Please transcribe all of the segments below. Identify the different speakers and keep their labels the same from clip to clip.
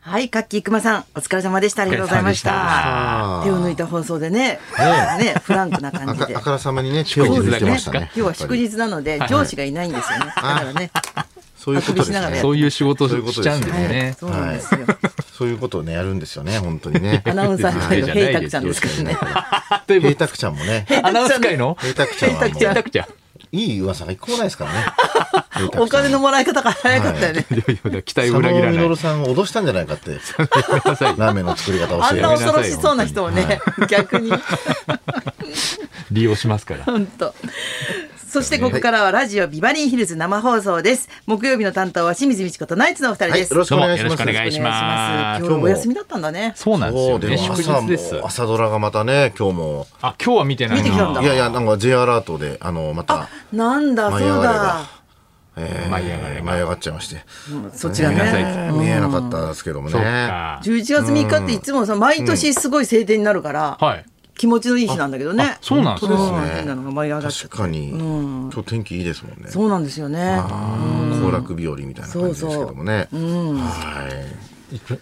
Speaker 1: はい、かっきーくまさん、お疲れ様でした。ありがとうございまし
Speaker 2: お疲れ
Speaker 1: た。手を抜いた放送でね、ね、フランクな
Speaker 2: あ
Speaker 1: 感じ
Speaker 2: か
Speaker 1: で。
Speaker 2: あからさまにね、祝日してましたね。
Speaker 1: 今日は祝日なので、上司がいないんですよね。だからね、
Speaker 2: そういうことです
Speaker 1: あくびしながら
Speaker 2: ね。
Speaker 1: やっ
Speaker 3: そういう仕事を
Speaker 2: そういうこ
Speaker 3: し
Speaker 2: とです
Speaker 3: ちゃうんです
Speaker 1: は
Speaker 3: ね。
Speaker 1: いそうなんですよ。
Speaker 2: そういうことをね、やるんですよね、本当にね。
Speaker 1: アナウンサー界の平卓ちゃんですからね。
Speaker 3: というこ
Speaker 2: 平
Speaker 3: と
Speaker 2: 卓ちゃんもね、
Speaker 3: で、アナウンス界の
Speaker 2: 平卓ちゃんはも
Speaker 3: 贅
Speaker 2: う、
Speaker 3: 沢じゃん。
Speaker 2: いい噂が一個もないですからね。平卓ちゃ ん
Speaker 1: お金のもらい方が早かったよね。
Speaker 3: いやいや期待を
Speaker 2: 佐
Speaker 3: 裏切ら
Speaker 2: 野
Speaker 3: ない。
Speaker 2: 実さんを脅したんじゃない かって、ラーメンの作り方を
Speaker 1: あ
Speaker 2: 教え
Speaker 1: ん
Speaker 2: て
Speaker 1: な恐ろしそうな人をね、逆に。
Speaker 3: 利用しますから。
Speaker 1: 本当。そしてここからはラジオビバリーヒルズ生放送です。木曜日の担当は清水美智子とナイツのお二人
Speaker 2: はい、
Speaker 1: で
Speaker 2: よ
Speaker 1: す。
Speaker 2: ろしくお願いし
Speaker 3: どうもよろし
Speaker 2: ま
Speaker 3: く
Speaker 2: す。
Speaker 3: お願いします
Speaker 1: 今日もお休みだったんだね。
Speaker 3: そうなんです
Speaker 2: そ
Speaker 3: よ
Speaker 2: うで
Speaker 3: ね。
Speaker 2: も
Speaker 3: 祝
Speaker 2: 朝
Speaker 3: 日
Speaker 2: も
Speaker 3: です。
Speaker 2: 朝ドラがまたね今日も
Speaker 3: あ、今日は見てないな。
Speaker 1: 見てきたんだ
Speaker 2: いやいやなんか J アラートであのまた
Speaker 1: なんだそう
Speaker 2: 舞い上がれが
Speaker 1: だ。
Speaker 2: えー
Speaker 3: 舞い上がれが
Speaker 2: 舞い上がっちゃいまして
Speaker 1: うんそっちが
Speaker 3: ごめんなさい
Speaker 1: ね。
Speaker 2: 見えなかったですけども
Speaker 3: そっ
Speaker 2: ね
Speaker 3: か。
Speaker 1: 11月3日っていつもさ毎年すごい晴天になるから、
Speaker 3: はい。
Speaker 1: 気持ちのいい日なんだけどね。
Speaker 3: そうなんですね
Speaker 1: 本当ですね変なのが舞い上がっちゃ
Speaker 2: 確
Speaker 1: って
Speaker 2: かに今日天気いいですもんね
Speaker 1: そうなんですよね。
Speaker 2: 行楽日和みたいな感じですけどもねはい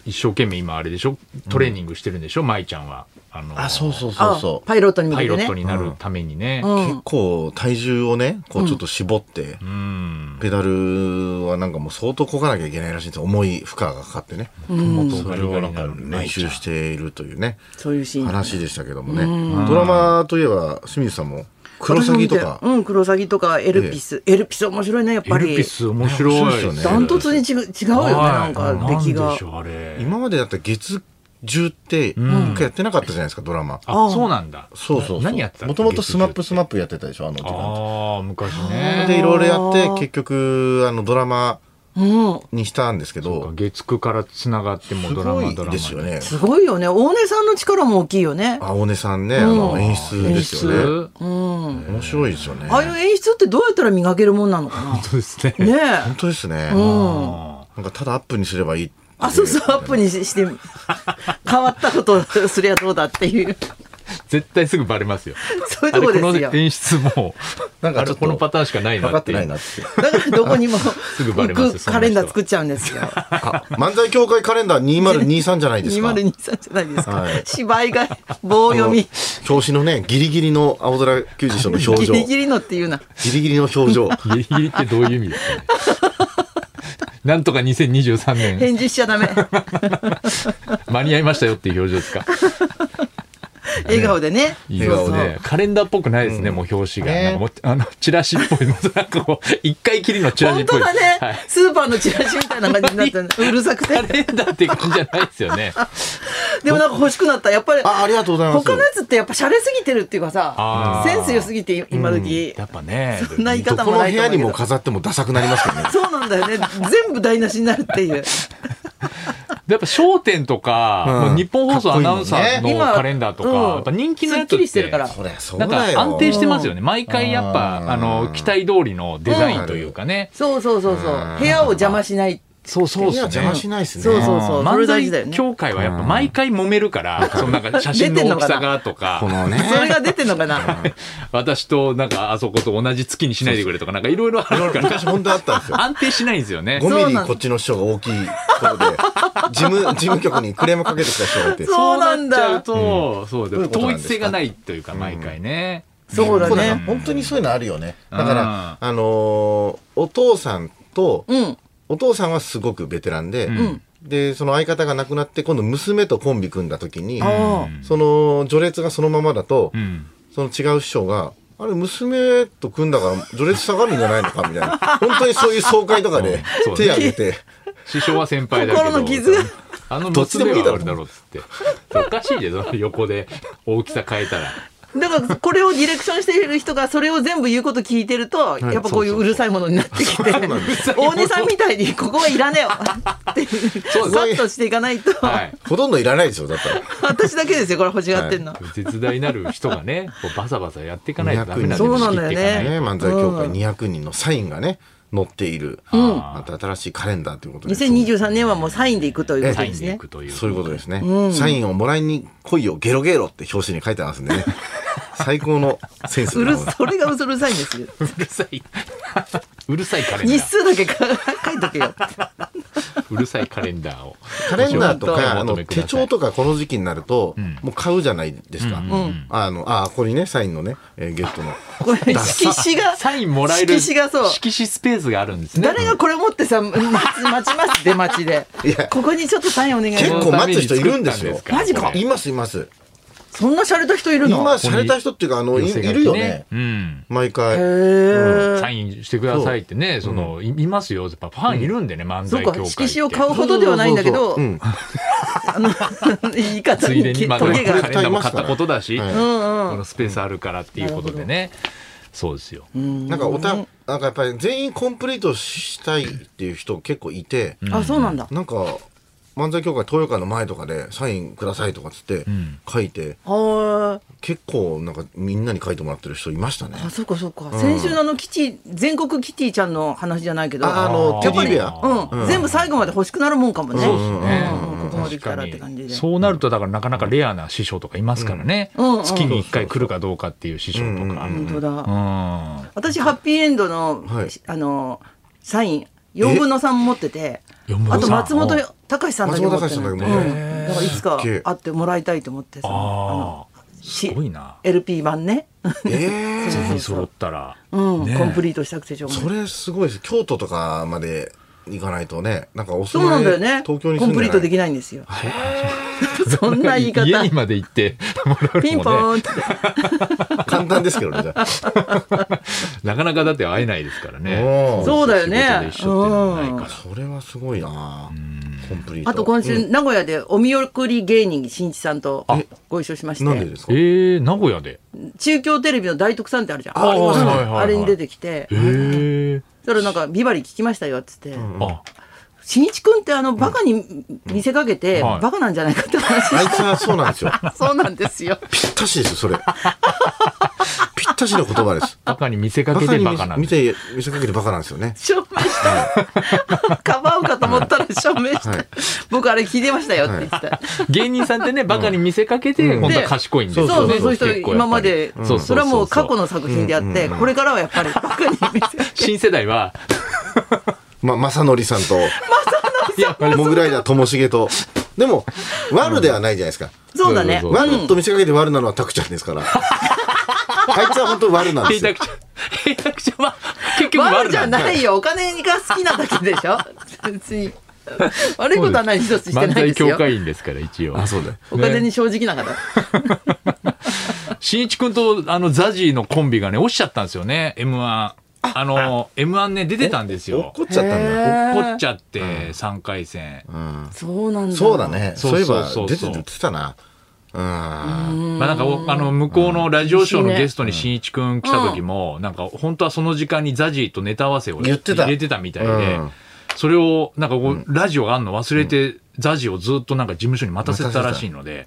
Speaker 3: 一生懸命今あれでしょトレーニングしてるんでしょ舞ちゃんは。あの、
Speaker 2: あそうそうそう
Speaker 1: あ
Speaker 2: そ、う
Speaker 1: パイロットに向
Speaker 3: パイ
Speaker 1: けて
Speaker 3: ロ
Speaker 1: ね
Speaker 3: ット。になるためにね。
Speaker 2: 結構体重をねこうちょっと絞って
Speaker 3: うん。
Speaker 2: ペダルはなんかもう相当こがなきゃいけないらしいんですよ重い負荷がかかってね
Speaker 3: 元
Speaker 2: そ
Speaker 3: ガ
Speaker 2: れ
Speaker 3: リガ
Speaker 2: をな
Speaker 3: リ
Speaker 2: ん
Speaker 3: な
Speaker 2: か
Speaker 3: る
Speaker 2: 練
Speaker 3: 舞ち
Speaker 2: 習
Speaker 3: ゃん。
Speaker 2: しているというね
Speaker 1: そういうシーン。
Speaker 2: 話でしたけどもねドラマといえば清水さんもクロサギとか
Speaker 1: 私も見てうん、クロサギとかエルピス。エルピス面白いね、やっぱ
Speaker 3: エル
Speaker 1: り
Speaker 3: ピ。ス面白い。
Speaker 2: 面白いですよ
Speaker 1: ダ
Speaker 2: ね
Speaker 1: ントツに違う違うよね、なんか
Speaker 3: はい
Speaker 1: 出来
Speaker 3: なん
Speaker 1: が
Speaker 3: でし。ょうあれ。
Speaker 2: 今までだったら月10って一回やってなかったじゃないですかドラマ
Speaker 3: あ、そうなんだ。
Speaker 2: そうそうそう
Speaker 3: な何やってた
Speaker 2: もともとスマップス
Speaker 3: マッ
Speaker 2: マップやってたでしょあの時間
Speaker 3: ああ、昔ね。
Speaker 2: でいろいろやって結局あのドラマ
Speaker 1: うん。
Speaker 2: にしたんですけど
Speaker 3: 月9からつながってもう
Speaker 2: す
Speaker 3: ドラ
Speaker 2: ご
Speaker 3: マ
Speaker 2: い
Speaker 3: ドラマ
Speaker 2: ですよね
Speaker 1: すごいよね。大根さんの力も大きいよね。
Speaker 2: 青根さんねあの演出
Speaker 3: 演
Speaker 2: です
Speaker 3: 出
Speaker 2: よね
Speaker 3: 本
Speaker 1: うん。
Speaker 2: 面白いですよね
Speaker 1: ああいう演出ってどうやったら磨けるもんなのかな。
Speaker 3: 当ですね
Speaker 1: ねえ。
Speaker 2: 本当ですね
Speaker 1: うん。
Speaker 3: あ
Speaker 2: なんかただアップにすればいいってい
Speaker 1: あ、そうそう、アップにしして、変わったことをすりゃどうだって いう、
Speaker 3: ー絶対すぐバレますよ
Speaker 1: そういうとこです
Speaker 3: あれ
Speaker 1: よ
Speaker 3: この。演出もなん
Speaker 2: な
Speaker 3: ん
Speaker 2: か
Speaker 3: か
Speaker 2: ちょっと
Speaker 3: このパターンしかない
Speaker 2: か
Speaker 3: な
Speaker 2: かっ
Speaker 3: って
Speaker 2: て
Speaker 3: い
Speaker 2: な
Speaker 3: う
Speaker 2: いなっていう
Speaker 1: だからどこにも
Speaker 3: ぐバレ ます
Speaker 1: 行
Speaker 3: よ
Speaker 1: く
Speaker 3: そんな人
Speaker 1: カレンダー作っちゃうんですよ。
Speaker 2: 漫才協会カレンダー2023じゃないですか
Speaker 1: 2023じゃないですか。
Speaker 2: はい
Speaker 1: 芝居が棒読み。
Speaker 2: 調子のねギリギリの青空球児師匠の 表
Speaker 1: ギ
Speaker 2: 情
Speaker 1: リギリのっていうな。
Speaker 2: ギリギリの表情
Speaker 3: ギリギリってどういう意味ですかねなんとか2023年
Speaker 1: 返事しちゃダメ。
Speaker 3: 間に合いましたよっていう表情ですか
Speaker 1: 笑顔でね。
Speaker 3: いいですね
Speaker 1: そうそう
Speaker 3: カレンダーっぽくないですね、もう表紙が、
Speaker 2: ね
Speaker 3: なんかもうあの チラシっぽいなんかこう一回きりのチラシっ
Speaker 1: 本
Speaker 3: ぽ
Speaker 1: 当
Speaker 3: い
Speaker 1: だね、
Speaker 3: はい
Speaker 1: スーパーのチラシみたいな感じになって るうるさく
Speaker 3: カ
Speaker 1: て
Speaker 3: レンダーって感じじゃないですよ ね
Speaker 1: でもなんか欲しくなったやっぱり
Speaker 2: あありがとうございます
Speaker 1: 他のやつってやっぱ洒落すぎてるっていうかさ
Speaker 3: あー
Speaker 1: センス良すぎて今時、
Speaker 3: やっぱね
Speaker 1: そんな言い方
Speaker 2: こ
Speaker 1: も
Speaker 2: の
Speaker 1: な
Speaker 2: 部
Speaker 1: いと
Speaker 2: 屋
Speaker 1: 思う
Speaker 2: に
Speaker 1: け
Speaker 2: も
Speaker 1: ど
Speaker 2: 飾ってもダサくなりますけどね
Speaker 1: そうなんだよね全部台無しになるって いう
Speaker 3: やっぱ『笑点』とか、
Speaker 2: うん
Speaker 3: もう日本放送アナウンサー
Speaker 2: かっこい
Speaker 3: のカレンダーとか、
Speaker 1: 今うん
Speaker 3: やっぱ人気のや
Speaker 1: す
Speaker 3: つ
Speaker 1: っきりし
Speaker 3: ってて
Speaker 1: るから
Speaker 2: そりゃそう
Speaker 3: なんか
Speaker 2: だよ
Speaker 3: 安定してますよね毎回やっぱ、
Speaker 2: うん
Speaker 3: あの期待通りのデザインというかね、
Speaker 1: そうそうそうそう部屋を邪魔しない
Speaker 3: そうそう
Speaker 2: いや
Speaker 3: そう
Speaker 2: 邪魔しないですね
Speaker 1: そうそうそうそれ
Speaker 3: 漫
Speaker 1: 大事だよ
Speaker 3: 才
Speaker 1: ね
Speaker 3: 協会はやっぱ毎回揉める から、そのなんか写真の大きさがとか
Speaker 2: このね
Speaker 1: それが出てんのかな
Speaker 3: 私となんかあそこと同じ月にしないでくれとかなんかいろいろあるから
Speaker 2: 昔本当あったん ですよ
Speaker 3: 安定しないんですよね
Speaker 1: う
Speaker 2: 5ミ
Speaker 1: な
Speaker 2: リ
Speaker 1: の
Speaker 2: こっちの師匠が大きいことで事務事務局にクレームかけてきた人がいて
Speaker 1: そうなんだ
Speaker 3: そうなっちゃうと、そうで
Speaker 2: どういうことな
Speaker 3: 統
Speaker 2: んで
Speaker 3: 一
Speaker 2: すか
Speaker 3: 性がないというか毎回ね、
Speaker 1: そうだ
Speaker 2: こうなんか
Speaker 1: ね
Speaker 2: 本当にそういうのあるよねだから
Speaker 3: う
Speaker 2: あのーお父さんと
Speaker 1: うん
Speaker 2: お父さんはすごくベテランで、
Speaker 3: ん
Speaker 2: でその相方が亡くなって今度娘とコンビ組んだ時に
Speaker 1: あ
Speaker 2: その序列がそのままだと、
Speaker 3: うん
Speaker 2: その違う師匠が、あれ、娘と組んだから、序列下がるんじゃないのかみたいな。本当にそういう総会とかで
Speaker 3: そうね
Speaker 2: 手挙げて、
Speaker 3: 師匠は先輩だけど
Speaker 1: 心の傷が
Speaker 3: あの
Speaker 2: どっちでも
Speaker 3: 娘
Speaker 2: いいだ
Speaker 3: は
Speaker 2: ろ
Speaker 3: あるだろうっつっておかしいでその横で大きさ変えたら
Speaker 1: だからこれをディレクションしている人がそれを全部言うこと聞いてると、やっぱこういううるさいものになってきて 大根さんみたいにここはいらねえよっていう
Speaker 3: そう
Speaker 1: カットしていかないと、
Speaker 3: はい
Speaker 2: ほとんどいらないですよ、だったら。
Speaker 1: 私だけですよこれ欲しがってんの、
Speaker 3: 絶大なる人がねこうバサバサやっていかないとダメなんで
Speaker 1: そうなんだよね
Speaker 3: 仕切っていかない
Speaker 2: ね、漫才協会
Speaker 1: うん
Speaker 2: 200人のサインがね、載っている、
Speaker 3: ん
Speaker 2: また新しいカレンダーということで。
Speaker 1: 2023年はもうサインでいくということ
Speaker 3: サイ
Speaker 1: で
Speaker 3: ン
Speaker 1: す
Speaker 3: でい
Speaker 1: ね
Speaker 3: くという
Speaker 2: そういうことですね、サインをもらいに来いよ、ゲロゲロって表紙に書いてます んでね。最高のセンス
Speaker 1: う
Speaker 2: だ
Speaker 1: る
Speaker 2: なこれ
Speaker 1: それがうるさいんですよ
Speaker 3: うるさいうるさいカレンダ
Speaker 1: 日
Speaker 3: ー
Speaker 1: 数だけか書いとけよ
Speaker 3: うるさいカレンダーを
Speaker 2: カレンダーとか、あ
Speaker 3: お
Speaker 2: の、
Speaker 3: 求めくだ
Speaker 2: 手
Speaker 3: さい
Speaker 2: 帳とかこの時期になると、
Speaker 3: ん
Speaker 2: もう買うじゃないですか。
Speaker 3: うん
Speaker 1: うん
Speaker 2: あの、あ、ここにね、サインのね、えーゲットの。
Speaker 1: これ色紙が
Speaker 3: サインもらえる
Speaker 1: 色紙がそう
Speaker 3: 色紙スペースがあるんですね
Speaker 1: 誰がこれ持ってさ待ち待ちます出待ちで
Speaker 2: いや
Speaker 1: ここにちょっとサインお願いし
Speaker 2: 結
Speaker 1: ま
Speaker 2: 構待つ人いるんですよ。
Speaker 1: マジか
Speaker 2: います、います。
Speaker 1: すそんな洒落た人いるの
Speaker 2: 今、された人っていうか、あの、い
Speaker 3: 寄
Speaker 2: い
Speaker 3: せ書き
Speaker 2: るよね。
Speaker 3: うん
Speaker 2: 毎回。
Speaker 1: へえ
Speaker 3: サインしてくださいってねそのいいますよやっぱファンいるんでね漫
Speaker 1: そう
Speaker 3: 才協会っ
Speaker 1: か
Speaker 3: て
Speaker 1: 色紙を買うほどではないんだけど
Speaker 2: うん。
Speaker 1: あの言い方
Speaker 3: つい
Speaker 1: に
Speaker 3: でにまあ
Speaker 1: トゲ
Speaker 2: これ
Speaker 1: が
Speaker 3: カレンダーも買ったことだし
Speaker 2: はい
Speaker 1: うん
Speaker 3: こ
Speaker 1: うん
Speaker 3: のスペースあるからっていうことでねそうですよ
Speaker 2: なんかおた、なんかやっぱり全員コンプリートしたいっていう人結構いて、
Speaker 1: あそうなんだ
Speaker 2: なんか、漫才協会東洋館の前とかでサインくださいとかっつって
Speaker 3: ん
Speaker 2: 書いて、
Speaker 1: は
Speaker 2: 結構なんかみんなに書いてもらってる人いましたね。
Speaker 1: あそうかそうか先週のあのキティ全国キティちゃんの話じゃないけど
Speaker 2: ああの、
Speaker 3: や
Speaker 2: テ
Speaker 3: っぱり
Speaker 2: ディベア。
Speaker 1: うん全部最後まで欲しくなるもんかもね
Speaker 2: そうですね
Speaker 1: うんうんここまで来たらって感じで
Speaker 3: そうなるとだからなかなかレアな師匠とかいますからね、
Speaker 1: うんうんうん
Speaker 3: 月に1回来るかどうかっていう師匠とか、うん
Speaker 1: 本当だ
Speaker 3: うん
Speaker 1: 私ハッピーエンドの、
Speaker 2: はい
Speaker 1: あのサイン4分の3持ってて
Speaker 3: 4分の3
Speaker 1: あと松本隆さんだけ持って
Speaker 2: 松
Speaker 1: る
Speaker 2: 本隆さんだ
Speaker 1: の
Speaker 2: け持っ
Speaker 1: う
Speaker 2: てる
Speaker 1: んだからいつか会ってもらいたいと思ってその
Speaker 3: あ
Speaker 1: あ
Speaker 3: あ
Speaker 1: の
Speaker 3: す
Speaker 1: し
Speaker 3: ごいな
Speaker 1: LP 版ね、
Speaker 2: ええ
Speaker 1: そうそう
Speaker 3: 揃ったら、
Speaker 1: うん
Speaker 3: ねえ
Speaker 1: コンプリートしたくてしょうが
Speaker 2: そ
Speaker 1: ない
Speaker 2: れすごいです。京都とかまで行かないとね、なんかお
Speaker 1: そう
Speaker 2: 住ま
Speaker 1: ないんだよね
Speaker 2: 東京に
Speaker 1: コ
Speaker 2: 住ん
Speaker 1: ンプ
Speaker 2: でない
Speaker 1: リートできないんですよ そんな言い方
Speaker 3: 家にまで行ってもらうのも、ね、
Speaker 1: ピンポーンって
Speaker 2: 簡単ですけどね、じゃあ。
Speaker 3: なかなかだって会えないですからね
Speaker 2: おー
Speaker 1: そうだよね
Speaker 3: 仕事で一緒っていうのはないから
Speaker 2: それはすごいなコンプリート。
Speaker 1: あと今
Speaker 2: う
Speaker 1: 週
Speaker 2: ん
Speaker 1: 名古屋でお見送り芸人しんいちさんとご一緒しまし
Speaker 2: なんで
Speaker 1: て
Speaker 2: ですか
Speaker 3: えー、名古屋で
Speaker 1: 中京テレビの大徳さんってあるじゃん
Speaker 2: ああります
Speaker 1: う
Speaker 2: ね
Speaker 1: ん
Speaker 3: はいはいはい
Speaker 1: あれに出てきて
Speaker 3: えー、
Speaker 1: それなんか「ビバリー聞きましたよ」っつって、
Speaker 3: あ
Speaker 1: しんいちくんってあのバカに見せかけて、
Speaker 3: はい
Speaker 1: バカなんじゃないかって話
Speaker 2: あいつはそうな んですよ。
Speaker 1: そうなんですよ。
Speaker 2: ぴったしですよ、それ。ぴったしの言葉です。
Speaker 3: バカに見せか
Speaker 2: バ
Speaker 3: け
Speaker 2: カ
Speaker 3: て
Speaker 2: に
Speaker 3: バカなん
Speaker 2: 見
Speaker 3: です
Speaker 2: て、見せかけてバカなんですよね。
Speaker 1: 証明した。かばうかと思ったら証明した。
Speaker 2: はい
Speaker 1: 僕あれ聞いてましたよって言ってた。
Speaker 3: 芸人さんってねバカに見せかけて、本当は賢いんです
Speaker 1: そう
Speaker 3: よね
Speaker 1: そうそういう人
Speaker 3: 結構やっぱり
Speaker 1: 今まで、
Speaker 3: うん
Speaker 1: それはもう過去の作品であって、
Speaker 2: うんうんうん
Speaker 1: これからはやっぱりバカに見せ。
Speaker 3: 新世代は
Speaker 2: ま、まさのりさんと、
Speaker 3: いや
Speaker 2: モグライダーともしげと。でも、悪ではないじゃないですか。
Speaker 1: そうだね。
Speaker 3: そうそう
Speaker 2: 悪と見せかけて悪なのはタクちゃん ですから。あいつは本当に悪なんで
Speaker 3: 平
Speaker 2: すよ。
Speaker 3: 卓ちゃ ん平卓ちゃんは結局
Speaker 1: 悪
Speaker 3: 悪
Speaker 1: じゃ
Speaker 3: なんだ
Speaker 1: ないよ。お金が好きなだけでしょ。別に。悪いことは何一つして
Speaker 3: 漫
Speaker 1: ない
Speaker 3: 才
Speaker 1: です
Speaker 3: 協
Speaker 1: よ。
Speaker 3: 会員ですから一応
Speaker 2: あ、そうだよ。
Speaker 1: お金に正直な方。
Speaker 3: しんいちくんとあのザジーのコンビがね落ちちゃったんですよね m 1あの m 1ね出てたんですよ
Speaker 2: 怒っちゃったんだ。
Speaker 3: 落っこっちゃって3回戦
Speaker 2: うん
Speaker 1: そうなんだ。
Speaker 2: そうだ。ね。
Speaker 3: そう
Speaker 2: そういえば
Speaker 3: そうそ
Speaker 2: 出
Speaker 3: うそ
Speaker 2: て
Speaker 3: う
Speaker 2: 出てたな。うん。
Speaker 3: まあなんかおあの向こうのラジオショーのゲストにしんいちくん来た時もなんか本当はその時間にザジーとネタ合わせを
Speaker 2: 言ってた
Speaker 3: 入れてたみたいうで
Speaker 2: ん
Speaker 3: それをなんかこうラジオがあんの忘れてザジーをずっとなんか事務所に待たせてたらしいので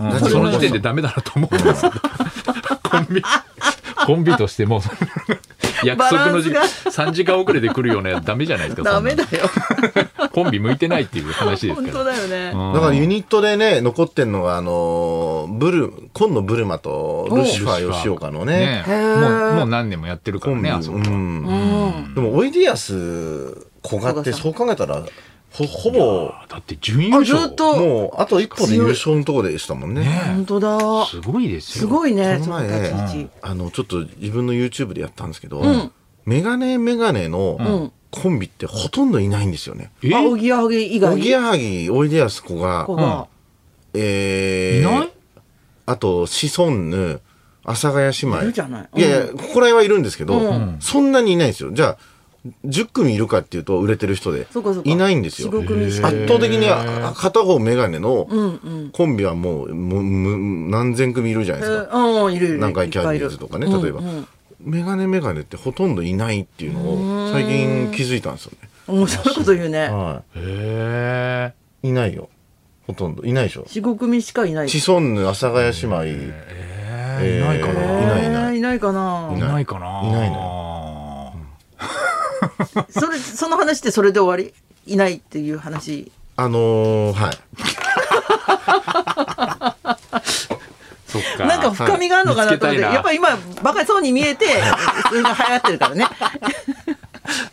Speaker 3: うん
Speaker 2: ラジオ
Speaker 3: その時点でダメだなと思ったんですけどコンビコンビとしてもう約束の時
Speaker 1: バラ
Speaker 3: 間
Speaker 1: ン
Speaker 3: 3時間遅れて来るようなやつダメじゃないですか
Speaker 1: ダメだ
Speaker 3: そん
Speaker 1: よ。
Speaker 3: なのコンビ向いてないっていう話です
Speaker 1: 本
Speaker 3: か
Speaker 1: 当
Speaker 3: ら
Speaker 1: だよね。
Speaker 3: うん
Speaker 2: だからユニットでね、残ってんのが、あのーブル、今野ブルマとルシファー吉岡のね、
Speaker 3: ねえもうもう何年もやってるか
Speaker 2: コ
Speaker 3: ら
Speaker 2: ンビ。
Speaker 3: ね
Speaker 2: う
Speaker 3: あそこ
Speaker 2: ん。
Speaker 1: うん
Speaker 2: でも、おいでやす小賀って、そう考えたら、ほほぼ、
Speaker 3: だって準優勝
Speaker 1: あずっと
Speaker 2: もう、あと一歩で優勝のとこでしたもんね。
Speaker 3: ね
Speaker 1: 本当だ。
Speaker 3: すごいですよ
Speaker 1: すごいね。
Speaker 2: この前
Speaker 1: その立ち位置
Speaker 2: あの、ちょっと自分の YouTube でやったんですけど、
Speaker 1: ん
Speaker 2: メガネメガネ
Speaker 1: ん
Speaker 2: のコンビってほとんどいないんですよね。
Speaker 3: え
Speaker 1: まあおぎやはぎ以外
Speaker 2: おぎやはぎ、おいでやすこが、
Speaker 1: 子が、
Speaker 2: えー、
Speaker 3: いない
Speaker 2: あと、シソンヌ、阿佐ヶ谷姉妹。
Speaker 1: いるじゃないうん
Speaker 2: やいや、ここら辺はいるんですけど、
Speaker 1: うん
Speaker 2: そんなにいないんですよ。じゃあ、10組いるかっていうと、売れてる人で。
Speaker 1: そうかそうか
Speaker 2: いないんですよ。
Speaker 1: 四五組しか
Speaker 2: 圧倒的にあ片方メガネの
Speaker 1: うんうん
Speaker 2: コンビはもう、もうむ何千組いるじゃな
Speaker 1: え
Speaker 2: いですか。
Speaker 1: ーうんいるいる
Speaker 2: 南海キャンディーズとかね、例えば。
Speaker 1: いっぱいいる
Speaker 2: メガネメガネってほとんどいないっていうのを最近気づいたんですよね。
Speaker 1: うんうん面白いこと言うね
Speaker 2: は
Speaker 3: へ
Speaker 2: い。いないよ。ほとんど。いないでしょ。
Speaker 1: 四五組しかいない
Speaker 2: シソンヌ、阿佐ヶ谷姉妹、
Speaker 3: え
Speaker 2: えー
Speaker 3: いないか
Speaker 1: え
Speaker 3: な
Speaker 1: ー
Speaker 2: いないいない
Speaker 1: いないかない
Speaker 2: い
Speaker 3: ないかない
Speaker 2: ない
Speaker 3: の
Speaker 1: それその話ってそれで終わりいないっていう話
Speaker 2: あのー、はい。
Speaker 3: そっか
Speaker 1: なんか深みがあるのかなと思っ
Speaker 3: 見つけたい
Speaker 1: て
Speaker 3: な
Speaker 1: やっぱり今バカそうに見えてそれが流行ってるからね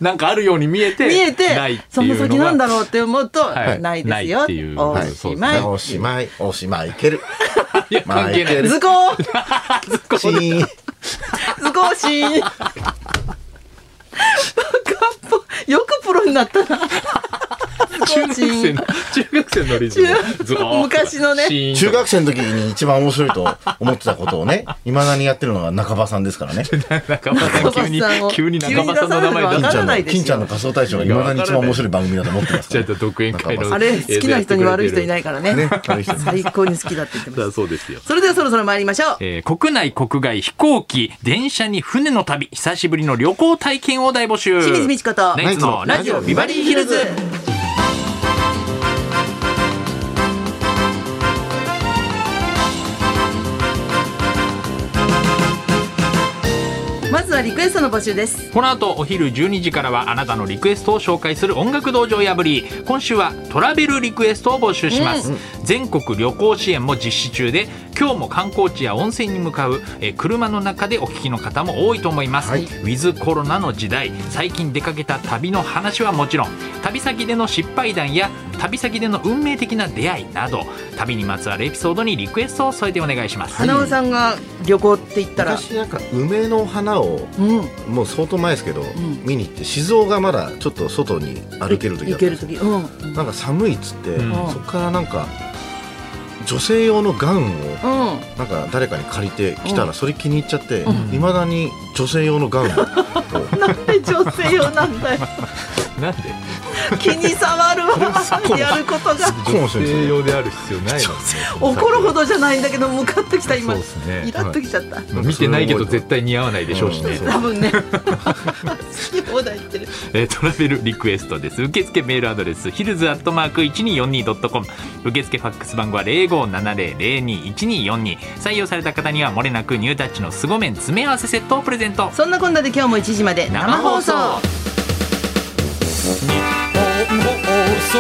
Speaker 3: なんかあるように見えて、
Speaker 1: 見えて
Speaker 3: ないっていうのが
Speaker 1: その先なんだろうって思うと、
Speaker 3: はい
Speaker 1: ないですよ。
Speaker 3: ないっていう
Speaker 1: お
Speaker 3: はい
Speaker 1: しまい。
Speaker 2: おしまい、おしまい、いける。
Speaker 3: いや、関係ない。
Speaker 1: 図工
Speaker 2: シーン。
Speaker 1: 図工しーン。バカっぽよくプロになったな。
Speaker 3: 中学生 の、中学生のリズム。ズボーン
Speaker 1: 昔のね
Speaker 3: シーン
Speaker 2: 中学生の時に一番面白いと思ってたことをね、いまだにやってるのが中場さんですからね。
Speaker 3: 中村さん急に
Speaker 1: 中村さんを、
Speaker 3: 急に中村さんの名前出
Speaker 1: わ
Speaker 3: しち
Speaker 2: 金ち
Speaker 1: から
Speaker 3: ゃ
Speaker 2: ゃん
Speaker 1: な
Speaker 2: の、
Speaker 1: いですよ
Speaker 2: 金ちゃんの仮想大賞がいまだに一番面白い番組だと思ってますから
Speaker 3: っ。た独演会の。。
Speaker 1: あれ、好きな人に悪い人いないいからね。最高に好きだって言ってま
Speaker 3: だ
Speaker 1: す。
Speaker 3: そうですよ。
Speaker 1: それではそろそろ参りましょう。
Speaker 3: えー国内国外飛行機電車に船の旅久しぶりの旅行体験を大募集
Speaker 1: 清水美智子と
Speaker 3: ナイツ のラジオビバリーヒルズ
Speaker 1: まずはリクエストの募集です。
Speaker 3: この後お昼12時からはあなたのリクエストを紹介する音楽道場破り今週はトラベルリクエストを募集します、全国旅行支援も実施中で今日も観光地や温泉に向かう、えー車の中でお聞きの方も多いと思います、
Speaker 2: は
Speaker 3: ウ
Speaker 2: い
Speaker 3: ィズコロナの時代最近出かけた旅の話はもちろん旅先での失敗談や旅先での運命的な出会いなど旅にまつわるエピソードにリクエストを添えてお願いします、
Speaker 1: 花尾さんが旅行って言ったら、
Speaker 2: 私なんか梅の花を
Speaker 1: うん、
Speaker 2: もう相当前ですけど、
Speaker 1: ん
Speaker 2: 見に行って静岡がまだちょっと外に歩ける時
Speaker 1: 行
Speaker 2: だった
Speaker 1: け
Speaker 2: んで
Speaker 1: る
Speaker 2: すよ
Speaker 1: 時、うん、うん、
Speaker 2: なんか寒いっつって、
Speaker 3: うん
Speaker 2: そこからなんか女性用のガウンを なんか誰かに借りてきた
Speaker 1: う
Speaker 2: らそれ気に入っちゃって
Speaker 3: うん
Speaker 2: いま、未だに女性用のガ ウンを
Speaker 1: なんで女性用なんだよ。
Speaker 3: なんで
Speaker 1: 気に障るわ、やることが。
Speaker 2: こうもしてるんですよ
Speaker 3: である必要ないの
Speaker 1: 怒るほどじゃないんだけど、向かってきた今
Speaker 3: そう。ですね
Speaker 1: イラっときちゃった。
Speaker 3: まあ見てないけど絶対似合わないでしょうしね、
Speaker 2: うん
Speaker 1: 多分 ね。 好き放題言ってる。
Speaker 3: えートラベルリクエストです受付メールアドレスヒルズアットマーク 1242.com 受付ファックス番号は0570021242採用された方にはもれなくニュータッチの凄麺詰め合わせセットをプレゼント
Speaker 1: そんなこんなで今日も1時まで生放送。
Speaker 3: 日本放送